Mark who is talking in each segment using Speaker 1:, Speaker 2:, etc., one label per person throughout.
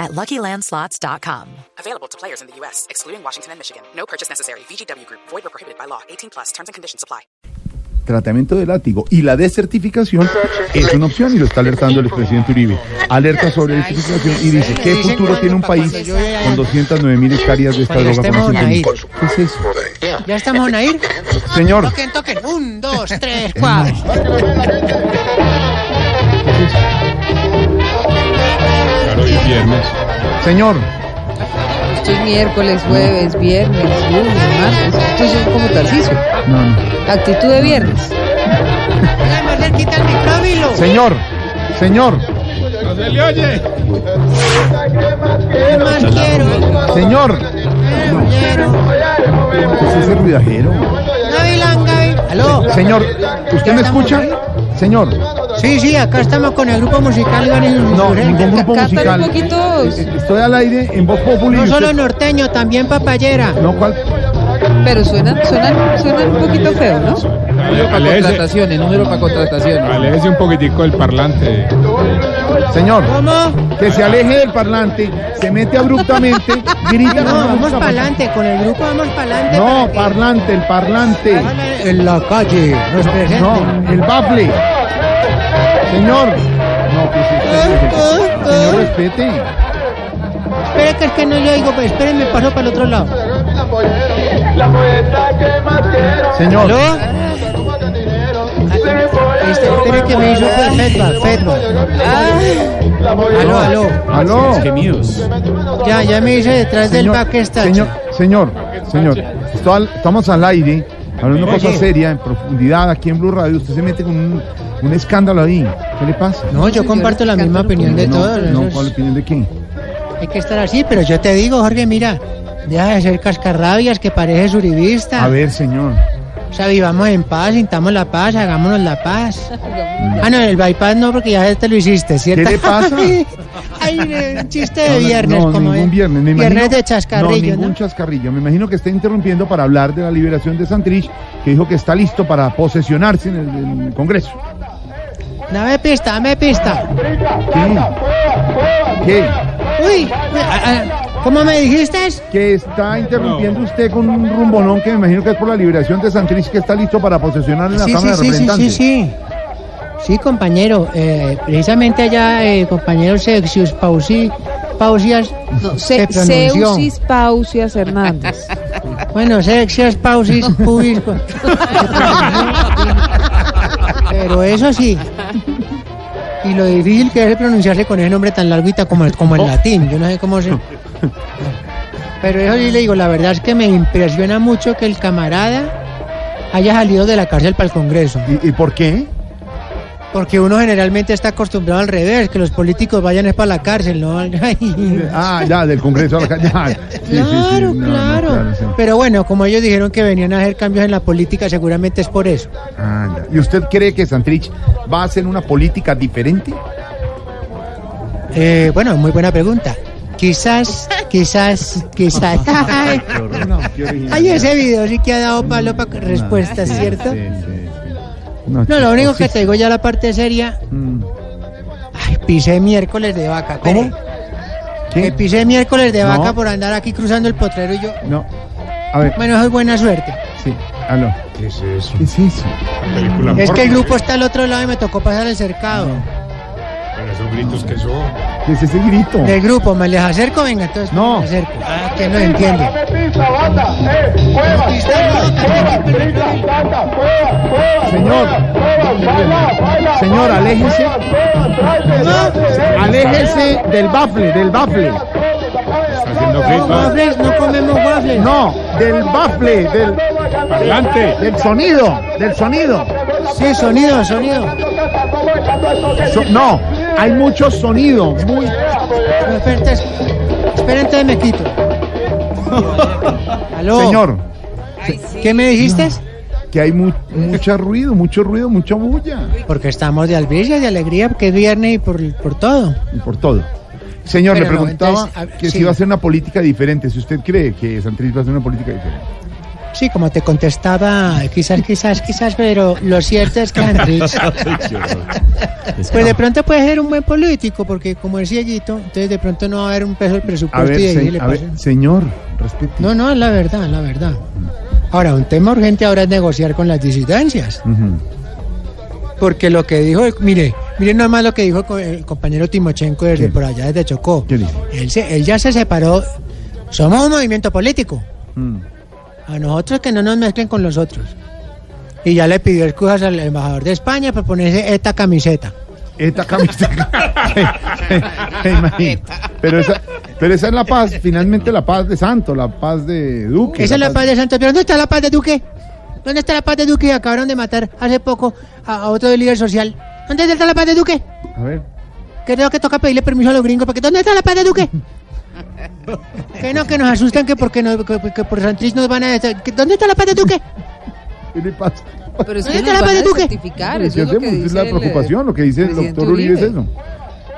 Speaker 1: at luckylandslots.com.
Speaker 2: Available to players in the U.S., excluding Washington and Michigan. No purchase necessary. VGW Group, void or prohibited by law. 18 plus terms and conditions apply.
Speaker 3: tratamiento de látigo y la desertificación es una opción y lo está alertando el expresidente Uribe. Alerta sobre desertificación y dice, ¿qué futuro tiene un país con 209 mil hectáreas de esta
Speaker 4: Cuando
Speaker 3: droga
Speaker 4: estemos
Speaker 3: conocida?
Speaker 4: ahí.
Speaker 3: ¿Qué es eso?
Speaker 4: ¿Ya estamos en aire?
Speaker 3: Señor, Eh,
Speaker 4: Toquen, toquen. Un, dos, tres, cuatro.
Speaker 3: señor,
Speaker 5: Esto es miércoles, jueves, viernes, lunes, martes. Esto es como Tarciso.
Speaker 3: no, no.
Speaker 5: Actitud de viernes.
Speaker 4: Oigan, no le quita el micróbilo.
Speaker 3: señor, señor,
Speaker 4: ¿Qué más quiero? eh,
Speaker 3: señor,
Speaker 4: Quiero.
Speaker 3: ¿qué es ese ruidajero?
Speaker 4: Gavilán, Gavi- ¿Aló?
Speaker 3: Señor, ¿usted me escucha? Señor,
Speaker 4: Sí, sí, acá estamos con el grupo musical Iván y los
Speaker 3: no,
Speaker 4: Murgueros.
Speaker 3: ningún grupo
Speaker 5: Cántalo un
Speaker 3: musical.
Speaker 5: poquito.
Speaker 3: Estoy al aire en voz populi. y
Speaker 4: No solo
Speaker 3: usted-
Speaker 4: norteño, también papayera.
Speaker 3: No, ¿cuál?
Speaker 5: Pero suena, suena, suena un poquito feo, ¿no? Contrataciones, número para contrataciones.
Speaker 6: Aléjese un poquitico el parlante.
Speaker 3: Señor.
Speaker 4: ¿Cómo?
Speaker 3: que se aleje del parlante, se mete abruptamente, grita.
Speaker 4: No, vamos para
Speaker 3: parlante.
Speaker 4: adelante, con el grupo vamos para Ah, adelante.
Speaker 3: No, Eh, parlante, el parlante.
Speaker 4: En la calle, nos presenten.
Speaker 3: No, el bafle. Señor. No, pues, que se Señor, respete.
Speaker 4: Espera que es que no le oigo, pues, espérenme, paso para el otro lado.
Speaker 3: Señor.
Speaker 4: ¿Aló? Este, espera que me hizo fue feedback, feedback.
Speaker 3: Ah.
Speaker 4: Aló, aló.
Speaker 3: Aló.
Speaker 4: Ya, ya me hice detrás del
Speaker 3: Señor,
Speaker 4: back está.
Speaker 3: Señor, señor, señor. esto al- Estamos al aire, hablando de cosas serias, en profundidad, aquí en Blue Radio. Usted se mete con un, un escándalo ahí. ¿Qué le pasa?
Speaker 4: No, yo comparto la misma opinión de
Speaker 3: no,
Speaker 4: todos.
Speaker 3: no,
Speaker 4: eso
Speaker 3: ¿cuál
Speaker 4: es-
Speaker 3: opinión de quién?
Speaker 4: Hay que estar así, pero yo te digo, Jorge, mira, deja de ser cascarrabias, que pareces uribista.
Speaker 3: A ver, señor.
Speaker 4: O sea, vivamos en paz, sintamos la paz, hagámonos la paz. Ah, no, el bypass no, porque ya te lo hiciste, ¿cierto?
Speaker 3: ¿Qué le pasa?
Speaker 4: Ay, un chiste
Speaker 3: No,
Speaker 4: de
Speaker 3: no,
Speaker 4: viernes,
Speaker 3: no,
Speaker 4: como
Speaker 3: ningún
Speaker 4: de-
Speaker 3: viernes. me
Speaker 4: viernes
Speaker 3: imagino-
Speaker 4: de chascarrillo,
Speaker 3: No, ningún
Speaker 4: ¿no?
Speaker 3: chascarrillo. Me imagino que está interrumpiendo para hablar de la liberación de Santrich, que dijo que está listo para posesionarse en el, en el Congreso.
Speaker 4: Dame pista, dame pista.
Speaker 3: ¿Qué? ¿Qué?
Speaker 4: Uy, ah, ah, ¿cómo me dijiste?
Speaker 3: Que está interrumpiendo usted con un rumbonón que me imagino que es por la liberación de Santrich, que está listo para posesionar en la
Speaker 4: sí,
Speaker 3: Cámara
Speaker 4: sí,
Speaker 3: de
Speaker 4: sí, sí, sí,
Speaker 3: Representantes.
Speaker 4: sí. Sí, compañero. eh, precisamente allá, eh, compañero Sexius Pausi, Pausias.
Speaker 5: No,
Speaker 4: se
Speaker 5: se,
Speaker 4: pronunció.
Speaker 5: Seusis Pausias Hernández.
Speaker 4: Bueno, Sexius Pausis Pubis. cu- Pero eso sí. Y lo difícil que es pronunciarse con ese nombre tan largo y tan como, como en latín. Yo no sé cómo se. Pero eso sí le digo, la verdad es que me impresiona mucho que el camarada haya salido de la cárcel para el Congreso.
Speaker 3: ¿Y, y por qué?
Speaker 4: Porque uno generalmente está acostumbrado al revés, que los políticos vayan es para la cárcel, ¿no? Ay.
Speaker 3: Ah, ya, del Congreso a la calle. ya. Sí, sí, sí,
Speaker 4: claro,
Speaker 3: no, no,
Speaker 4: claro.
Speaker 3: sí.
Speaker 4: Pero bueno, como ellos dijeron que venían a hacer cambios en la política, seguramente es por eso.
Speaker 3: Ah, ya. ¿Y usted cree que Santrich va a hacer una política diferente?
Speaker 4: Eh, bueno, muy buena pregunta. Quizás, quizás, quizás. Ay, ay, ese video sí que ha dado palo para respuestas, ¿cierto?
Speaker 3: Sí, sí, sí.
Speaker 4: No, lo único que te digo ya la parte seria,
Speaker 3: Mm.
Speaker 4: ay, pisé miércoles de vaca.
Speaker 3: ¿Cómo?
Speaker 4: Pere. Me
Speaker 3: ¿Qué?
Speaker 4: pisé miércoles de
Speaker 3: No.
Speaker 4: vaca por andar aquí cruzando el potrero y yo.
Speaker 3: No. A ver,
Speaker 4: Bueno, eso es buena suerte.
Speaker 3: sí. Aló.
Speaker 6: ¿Qué es eso?
Speaker 3: ¿Qué es eso?
Speaker 6: Película
Speaker 4: Es que el grupo está al otro lado y me tocó pasar el cercado.
Speaker 6: Pero esos gritos que son.
Speaker 3: ¿Qué es ese grito?
Speaker 4: Del grupo, me les acerco, venga, entonces.
Speaker 3: No.
Speaker 4: Me acerco. Ah, que no entiende.
Speaker 6: Eh,
Speaker 3: Señor. Señor, aléjese. Ah, Aléjese del bafle, del bafle.
Speaker 6: Está haciendo
Speaker 4: No,
Speaker 6: feedback.
Speaker 4: waffles, no comemos waffles.
Speaker 3: No, del bafle, del,
Speaker 6: Parlante.
Speaker 3: del sonido, del sonido.
Speaker 4: Sí, sonido, sonido.
Speaker 3: So- no, hay muchos sonidos. Muy...
Speaker 4: No, espera, es- espera, entonces me quito. Aló.
Speaker 3: Señor,
Speaker 4: ¿Qué me dijiste?
Speaker 3: que hay mu- mucho ruido, mucho ruido, mucha bulla.
Speaker 4: Porque estamos de albrilla, de alegría, porque es viernes y por, por todo.
Speaker 3: y por todo. Señor,
Speaker 4: Pero
Speaker 3: le
Speaker 4: no,
Speaker 3: preguntaba
Speaker 4: entonces, a-
Speaker 3: que
Speaker 4: sí.
Speaker 3: si iba a hacer una política diferente, si usted cree que Santrich va a hacer una política diferente.
Speaker 4: Sí, como te contestaba, quizás, quizás, quizás, pero lo cierto es que Andrés, pues de pronto puede ser un buen político, porque como es cieguito, entonces de pronto no va a haber un peso
Speaker 3: A
Speaker 4: del presupuesto
Speaker 3: ver,
Speaker 4: y de ahí
Speaker 3: se-
Speaker 4: le
Speaker 3: a ver,
Speaker 4: pasa.
Speaker 3: señor, respete.
Speaker 4: No, no, es la verdad, la verdad. Ahora, un tema urgente ahora es negociar con las disidencias,
Speaker 3: Ujú.
Speaker 4: porque lo que dijo, el- mire, mire nomás lo que dijo co- el compañero Timochenko desde
Speaker 3: ¿Qué?
Speaker 4: por allá, desde Chocó.
Speaker 3: ¿Qué dijo?
Speaker 4: Él, se- él ya se separó, somos un movimiento político.
Speaker 3: Mm.
Speaker 4: A nosotros que no nos mezclen con los otros. Y ya le pidió excusas al embajador de España para ponerse esta camiseta.
Speaker 3: Esta camiseta. Me imagino. pero, esa, pero esa es la paz, finalmente la paz de Santo, la paz de Duque.
Speaker 4: Esa es la paz de Santos. Pero ¿dónde está la paz de Duque? ¿Dónde está la paz de Duque? Y acabaron de matar hace poco a, a otro líder social. ¿Dónde está la paz de Duque?
Speaker 3: A ver.
Speaker 4: Creo que toca pedirle permiso a los gringos porque ¿dónde está la paz de Duque? que no, que nos asustan que porque no, que, que por Santrich nos van a... que- ¿Dónde está la paz de Duque?
Speaker 3: ¿Qué le pasa?
Speaker 5: Pero es
Speaker 4: ¿Dónde
Speaker 5: que
Speaker 4: está la
Speaker 5: nos van
Speaker 4: paz
Speaker 5: a
Speaker 4: de Duque?
Speaker 5: certificar. Eso
Speaker 3: ¿Qué
Speaker 5: es lo que
Speaker 3: hacemos? Es
Speaker 5: dice
Speaker 3: la
Speaker 5: el,
Speaker 3: preocupación, lo que dice el
Speaker 5: presidente
Speaker 3: doctor Uribe, es eso.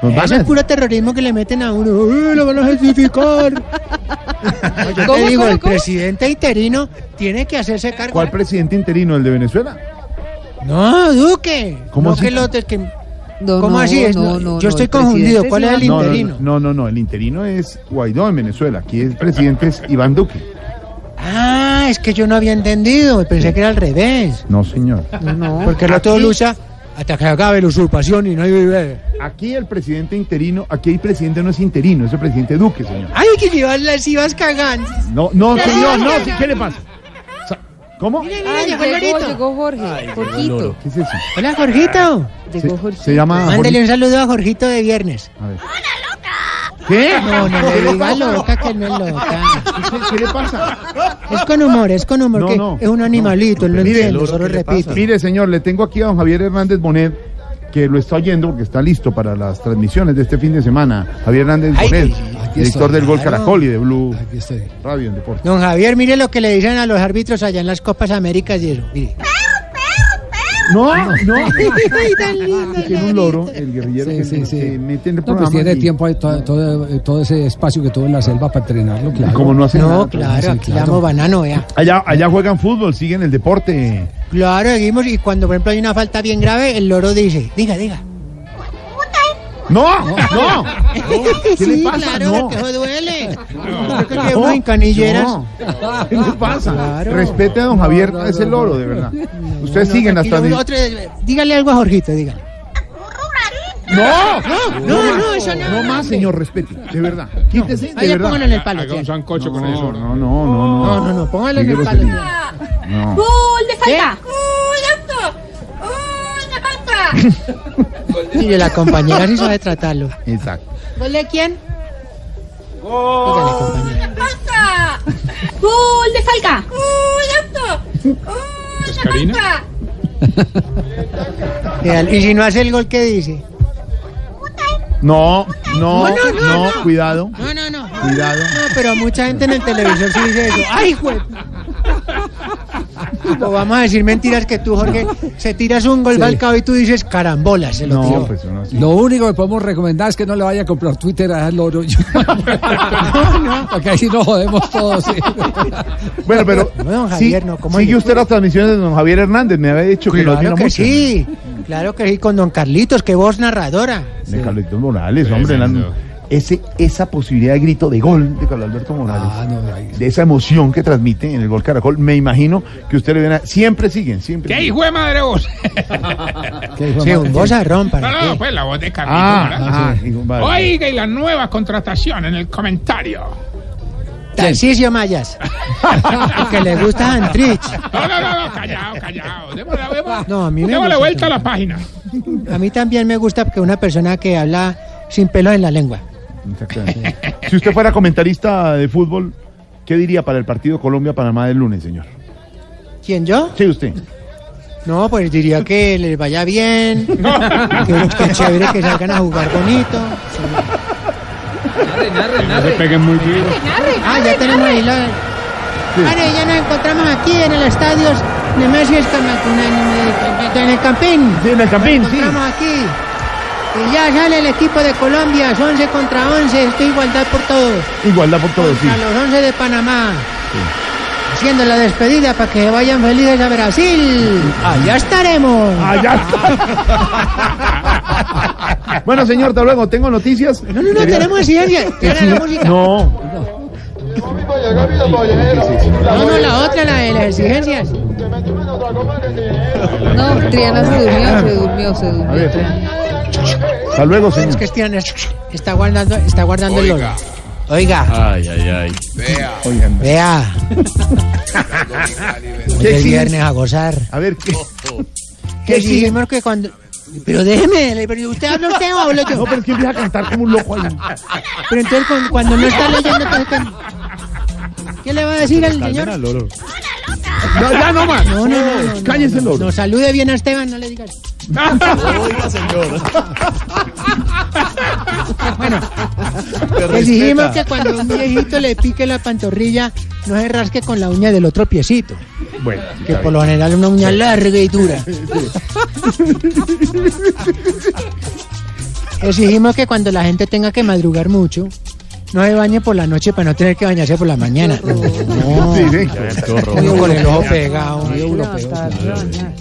Speaker 3: Nos van
Speaker 4: Eso es
Speaker 3: a-
Speaker 4: puro terrorismo que le meten a uno. ¡Uy, lo van a certificar! No, yo
Speaker 5: ¿Cómo,
Speaker 4: te digo,
Speaker 5: cómo,
Speaker 4: el
Speaker 5: cómo?
Speaker 4: presidente interino tiene que hacerse cargo.
Speaker 3: ¿Cuál presidente interino? ¿El de Venezuela?
Speaker 4: No, Duque.
Speaker 3: ¿Cómo
Speaker 4: No,
Speaker 3: así?
Speaker 4: que lo de- que-
Speaker 5: No,
Speaker 4: ¿Cómo
Speaker 5: no,
Speaker 4: así es?
Speaker 5: no,
Speaker 4: No,
Speaker 5: no,
Speaker 4: yo
Speaker 5: no,
Speaker 4: estoy
Speaker 5: el
Speaker 4: confundido.
Speaker 5: presidente
Speaker 4: ¿Cuál
Speaker 5: se
Speaker 4: es el
Speaker 5: llama-
Speaker 3: No, no,
Speaker 4: interino?
Speaker 3: no, no, no, no, el interino es Guaidó en Venezuela. Aquí el presidente es Iván Duque.
Speaker 4: Ah, es que yo no había entendido. Pensé que era al revés.
Speaker 3: No, señor.
Speaker 5: No, no.
Speaker 4: Porque el otro
Speaker 3: Aquí-
Speaker 4: lucha hasta que acabe la usurpación y no hay vive.
Speaker 3: Aquí el presidente interino, aquí el presidente no es interino, es el presidente Duque, señor.
Speaker 4: Ay, que llevas las ibas cagando.
Speaker 3: No, no, señor, no, sí, ¿qué le pasa? Sa- ¿Cómo?
Speaker 4: Mira,
Speaker 3: ¿Qué
Speaker 4: mira,
Speaker 5: Ay,
Speaker 4: llegó el
Speaker 5: llegó,
Speaker 4: lorito.
Speaker 5: llegó Jorge. Jorgito.
Speaker 3: es eso?
Speaker 4: Hola, Jorgito.
Speaker 5: Llegó
Speaker 3: Se,
Speaker 5: Jorgito.
Speaker 3: se llama.
Speaker 4: Mándale un saludo a Jorgito de viernes.
Speaker 3: A ver. ¿Qué?
Speaker 4: No, no
Speaker 3: ¿Qué
Speaker 4: le
Speaker 3: le
Speaker 4: digas
Speaker 3: pasa?
Speaker 4: loca que no es loca.
Speaker 3: ¿Qué, qué le pasa?
Speaker 4: Es con humor, es con humor,
Speaker 3: No,
Speaker 4: que
Speaker 3: no.
Speaker 4: es un animalito, él lo entiende, solo repite.
Speaker 3: Mire, señor, le tengo aquí a don Javier Hernández Bonet, que lo está oyendo porque está listo para las transmisiones de este fin de semana. Javier Hernández
Speaker 4: Ay,
Speaker 3: Bonet,
Speaker 4: aquí estoy,
Speaker 3: director del Gol
Speaker 4: claro.
Speaker 3: Caracol y de Blue
Speaker 7: Aquí estoy.
Speaker 3: Radio en Deporte.
Speaker 4: Don Javier, mire lo que le dicen a los árbitros allá en las Copas Américas y eso, mire.
Speaker 3: No, Ah, no.
Speaker 4: Ay, tan lindo.
Speaker 3: Tiene un loro, el guerrillero
Speaker 7: Sí,
Speaker 3: que,
Speaker 7: sí,
Speaker 3: se-
Speaker 7: sí.
Speaker 3: se mete en el
Speaker 7: No,
Speaker 3: programa.
Speaker 7: pues tiene
Speaker 3: y-
Speaker 7: tiempo ahí todo, todo, todo ese espacio que tuvo en la selva para entrenarlo,
Speaker 3: y
Speaker 7: claro.
Speaker 3: como no hace
Speaker 4: No,
Speaker 3: nada.
Speaker 4: claro,
Speaker 7: sí,
Speaker 4: aquí
Speaker 7: claro.
Speaker 4: damos banano, vea.
Speaker 3: Allá, allá juegan fútbol, siguen el deporte.
Speaker 4: Claro, seguimos y cuando por ejemplo hay una falta bien grave, el loro dice, diga, diga.
Speaker 3: ¡No! ¡No! ¿Qué le
Speaker 4: Sí,
Speaker 3: pasa?
Speaker 4: Claro,
Speaker 3: No.
Speaker 4: que eso duele. Yo creo que
Speaker 3: No,
Speaker 4: uno en canilleras.
Speaker 3: no. ¿Qué le pasa?
Speaker 4: Claro.
Speaker 3: Respete a don Javier, es el loro, de verdad. Ustedes
Speaker 4: No,
Speaker 3: siguen
Speaker 4: tranquilo,
Speaker 3: hasta...
Speaker 4: uno- otro- dígale algo a Jorgito, dígale.
Speaker 3: ¡No!
Speaker 4: No, no, no, eso no.
Speaker 3: No más, señor, respete, de verdad. Quítese, de
Speaker 4: Vaya,
Speaker 3: verdad.
Speaker 4: póngalo en el palo.
Speaker 6: Haga un
Speaker 4: tía.
Speaker 6: sancocho con el
Speaker 3: No,
Speaker 6: loro.
Speaker 3: no, no, no.
Speaker 4: No, no, Uh. no, póngalo en
Speaker 3: Qué
Speaker 4: el palo.
Speaker 3: grosería.
Speaker 4: tía.
Speaker 3: No.
Speaker 8: ¡Gol de falta!
Speaker 4: ¿Qué?
Speaker 8: ¡Gol de auto! ¡Gol de falta!
Speaker 4: Mire, la compañera sí sabe tratarlo.
Speaker 3: Exacto.
Speaker 4: ¿Gol de quién? Dígale, compañera.
Speaker 8: ¡Falta! ¡Gol de falta! ¡Gol de auto! ¡Gol de
Speaker 6: ¿Karina?
Speaker 8: falta!
Speaker 4: Real. Y si no hace el gol, ¿qué dice?
Speaker 3: No, no,
Speaker 4: No, no, no,
Speaker 3: no,
Speaker 4: no.
Speaker 3: cuidado.
Speaker 4: No, no, no. No,
Speaker 3: Cuidado.
Speaker 4: pero mucha gente en el televisor sí dice eso. ¡Ay, güey! O vamos a decir mentiras que tú, Jorge, se tiras un gol
Speaker 7: Sí.
Speaker 4: Falcao y tú dices carambola, se lo
Speaker 3: No,
Speaker 4: tiró.
Speaker 3: pues no. sí.
Speaker 7: Lo único que podemos recomendar es que no le vaya a comprar Twitter a Loro. no, no. Porque ahí sí nos jodemos todos. sí.
Speaker 3: Bueno, pero
Speaker 4: No, don Javier,
Speaker 3: sí,
Speaker 4: no, ¿cómo
Speaker 3: sigue
Speaker 4: es?
Speaker 3: usted las transmisiones de don Javier Hernández, me había dicho que lo admira
Speaker 4: Claro que
Speaker 3: mucho.
Speaker 4: sí. Claro que sí, con don Carlitos, que voz narradora.
Speaker 3: De Carlitos Morales, hombre. la-
Speaker 6: Tremendo.
Speaker 3: ese, esa posibilidad de grito de gol de Carlos Alberto Morales.
Speaker 7: Ah, no, ahí sí.
Speaker 3: De esa emoción que transmite en el gol Caracol, me imagino que usted le ven a... Siempre siguen, siempre.
Speaker 6: ¿Qué
Speaker 3: siguen.
Speaker 6: hijo de madre vos?
Speaker 7: Qué hijo de
Speaker 4: Sí,
Speaker 7: madre.
Speaker 4: un vozarrón
Speaker 6: No,
Speaker 4: para
Speaker 6: no,
Speaker 4: qué.
Speaker 6: pues la voz de Carlito Morales.
Speaker 3: Ah, ah, hijo, vale.
Speaker 6: Oiga, y la nueva contratación en el comentario.
Speaker 4: Tarcisio Mayas. Ah, que le gusta Antrich.
Speaker 6: No, no, no, no, callado, callado. Démosle, démosle-
Speaker 4: No, a mí me
Speaker 6: démosle
Speaker 4: gusta
Speaker 6: vuelta a la
Speaker 4: tanto.
Speaker 6: página.
Speaker 4: A mí también me gusta que una persona que habla sin pelos en la lengua.
Speaker 3: Exactamente. si usted fuera comentarista de fútbol, ¿qué diría para el partido Colombia-Panamá del lunes, señor?
Speaker 4: ¿Quién yo?
Speaker 3: Sí, usted.
Speaker 4: No, pues diría que les vaya bien, que, que chévere que salgan a jugar bonito.
Speaker 6: No se peguen muy duro.
Speaker 4: Ah, ya tenemos ahí la... Bueno, y ya nos encontramos aquí en el estadio No me hacías campeón, en el campín.
Speaker 9: Sí, en el campín, sí.
Speaker 4: Estamos aquí. Y ya sale el equipo de Colombia, 11 contra 11, esto es igualdad por todos.
Speaker 3: Igualdad por todos, Pues sí.
Speaker 4: Contra los 11 de Panamá. Haciendo la despedida para que vayan felices a Brasil. Allá estaremos.
Speaker 3: Allá está. Ah, bueno, señor, hasta luego. Tengo noticias.
Speaker 4: No, no, no, tenemos ciencia. Tiene la música.
Speaker 3: No.
Speaker 4: No, no, la otra, la de las exigencias.
Speaker 5: No, Triana se durmió, se durmió, se
Speaker 3: A
Speaker 5: durmió.
Speaker 3: ver. Hasta luego,
Speaker 4: Es
Speaker 3: señor.
Speaker 4: que Esteban es- está guardando, está guardando el oro. Oiga,
Speaker 3: Ah.
Speaker 9: Ay, ay, ay.
Speaker 3: Oigan,
Speaker 4: vea, hoy
Speaker 3: ¿Qué
Speaker 4: es
Speaker 3: exigen-
Speaker 4: viernes a gozar.
Speaker 3: A ver, ¿qué?
Speaker 4: Que dijimos que cuando... Pero déjeme, le- pero usted habla usted o hablo yo.
Speaker 3: No, pero es que empieza a cantar como un loco ahí.
Speaker 4: Pero entonces cuando, cuando no está leyendo... entonces, ¿qué- ¿Qué le va a decir al señor?
Speaker 9: Calmen al loro.
Speaker 3: No, ya no más.
Speaker 4: No, no, no, no, no.
Speaker 3: Cállese,
Speaker 4: no,
Speaker 3: loro.
Speaker 4: no, salude bien a Esteban, no le digas.
Speaker 9: Oiga, señor. Te respeta.
Speaker 4: Exigimos pues que cuando un viejito le pique la pantorrilla, no se rasque con la uña del otro piecito.
Speaker 3: Bueno,
Speaker 4: Que
Speaker 3: está
Speaker 4: por
Speaker 3: bien.
Speaker 4: lo general es una uña larga y dura. Exigimos que cuando la gente tenga que madrugar mucho, no se bañe por la noche para no tener que bañarse por la mañana. No,
Speaker 3: Sí, sí.
Speaker 4: uno con el ojo pegado.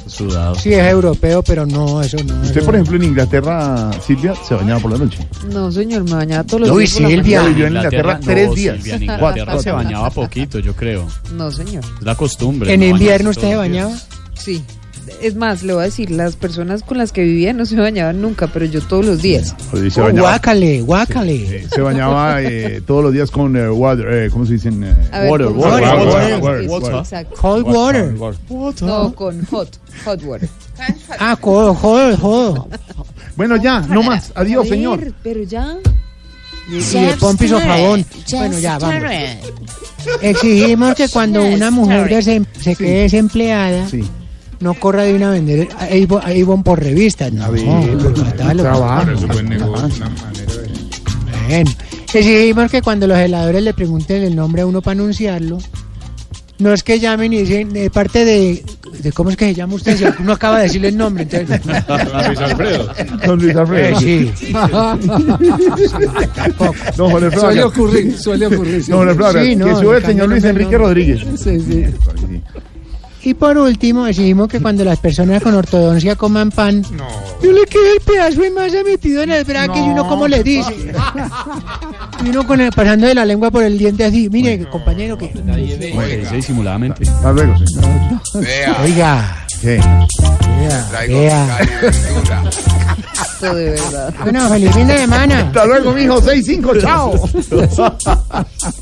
Speaker 9: Sudado.
Speaker 4: Sí, es europeo, pero no, eso no.
Speaker 3: Usted,
Speaker 4: eso
Speaker 3: por
Speaker 4: no.
Speaker 3: ejemplo, en Inglaterra, Silvia, se bañaba por la noche.
Speaker 5: No, señor, me bañaba todos los
Speaker 4: Uy,
Speaker 5: días. por la
Speaker 4: Silvia.
Speaker 5: mañana.
Speaker 3: Vivió en Inglaterra
Speaker 9: no,
Speaker 3: tres días.
Speaker 9: Silvia, en
Speaker 3: Cuatro.
Speaker 9: Inglaterra se bañaba poquito, yo creo.
Speaker 5: No, señor.
Speaker 9: Es la costumbre.
Speaker 4: ¿En
Speaker 9: no bañarse
Speaker 4: invierno usted se
Speaker 9: todos los días.
Speaker 4: bañaba?
Speaker 5: Sí. Es más, le voy a decir, las personas con las que vivía no se bañaban nunca, pero yo todos los días.
Speaker 3: Sí, Se bañaba,
Speaker 4: Oh, Guácale, guácale.
Speaker 3: se bañaba eh, todos los días con eh, water, eh, ¿cómo se dicen? Eh,
Speaker 5: A ver,
Speaker 3: water,
Speaker 5: ¿cómo
Speaker 3: water,
Speaker 5: se
Speaker 3: water,
Speaker 5: llama?
Speaker 3: water,
Speaker 5: Sí,
Speaker 3: water,
Speaker 5: sí,
Speaker 3: water.
Speaker 5: Exacto.
Speaker 4: Cold water.
Speaker 5: No, con hot, hot water.
Speaker 4: Ah, cold, cold, cold.
Speaker 3: Bueno, ya, no más. Adiós,
Speaker 5: A ver,
Speaker 3: señor.
Speaker 5: Pero ya.
Speaker 4: Y, y el pompis o jabón. Bueno, ya, vamos. Exigimos que cuando una mujer desem- se quede desempleada,
Speaker 3: Sí.
Speaker 4: no corra de una a vender a Avon- a Avon por revistas. No, pues. por catálogos.
Speaker 6: Pero eso fue un negocio, una manera de-
Speaker 4: Bueno, exigimos que cuando los heladores le pregunten el nombre a uno para anunciarlo, no es que llamen y dicen de parte de, de cómo es que se llama usted, si uno acaba de decirle el nombre. Entonces,
Speaker 3: Don Luis Alfredo.
Speaker 4: sí,
Speaker 3: Don Juan Alfredo.
Speaker 7: Suele
Speaker 3: acá.
Speaker 7: ocurrir, suele ocurrir.
Speaker 3: Don Juan Alfredo, acá.
Speaker 4: Sí, no,
Speaker 3: que sube el
Speaker 4: cambia
Speaker 3: señor
Speaker 4: el
Speaker 3: Luis
Speaker 4: nombre,
Speaker 3: Enrique
Speaker 4: no.
Speaker 3: Rodríguez.
Speaker 7: Sí, sí.
Speaker 4: Y por último, exigimos que cuando las personas con ortodoncia coman pan,
Speaker 6: No.
Speaker 4: no le quede el pedazo de masa metido en el braque y uno como le dice. Y uno con el, pasando de la lengua por el diente así, mire, compañero, que...
Speaker 9: Como que dice disimuladamente.
Speaker 3: Hasta luego, señor.
Speaker 4: Oiga,
Speaker 3: Sí.
Speaker 4: vea.
Speaker 5: Esto de verdad.
Speaker 4: Bueno, feliz fin de semana.
Speaker 3: Hasta luego, mijo. 6-5, chao.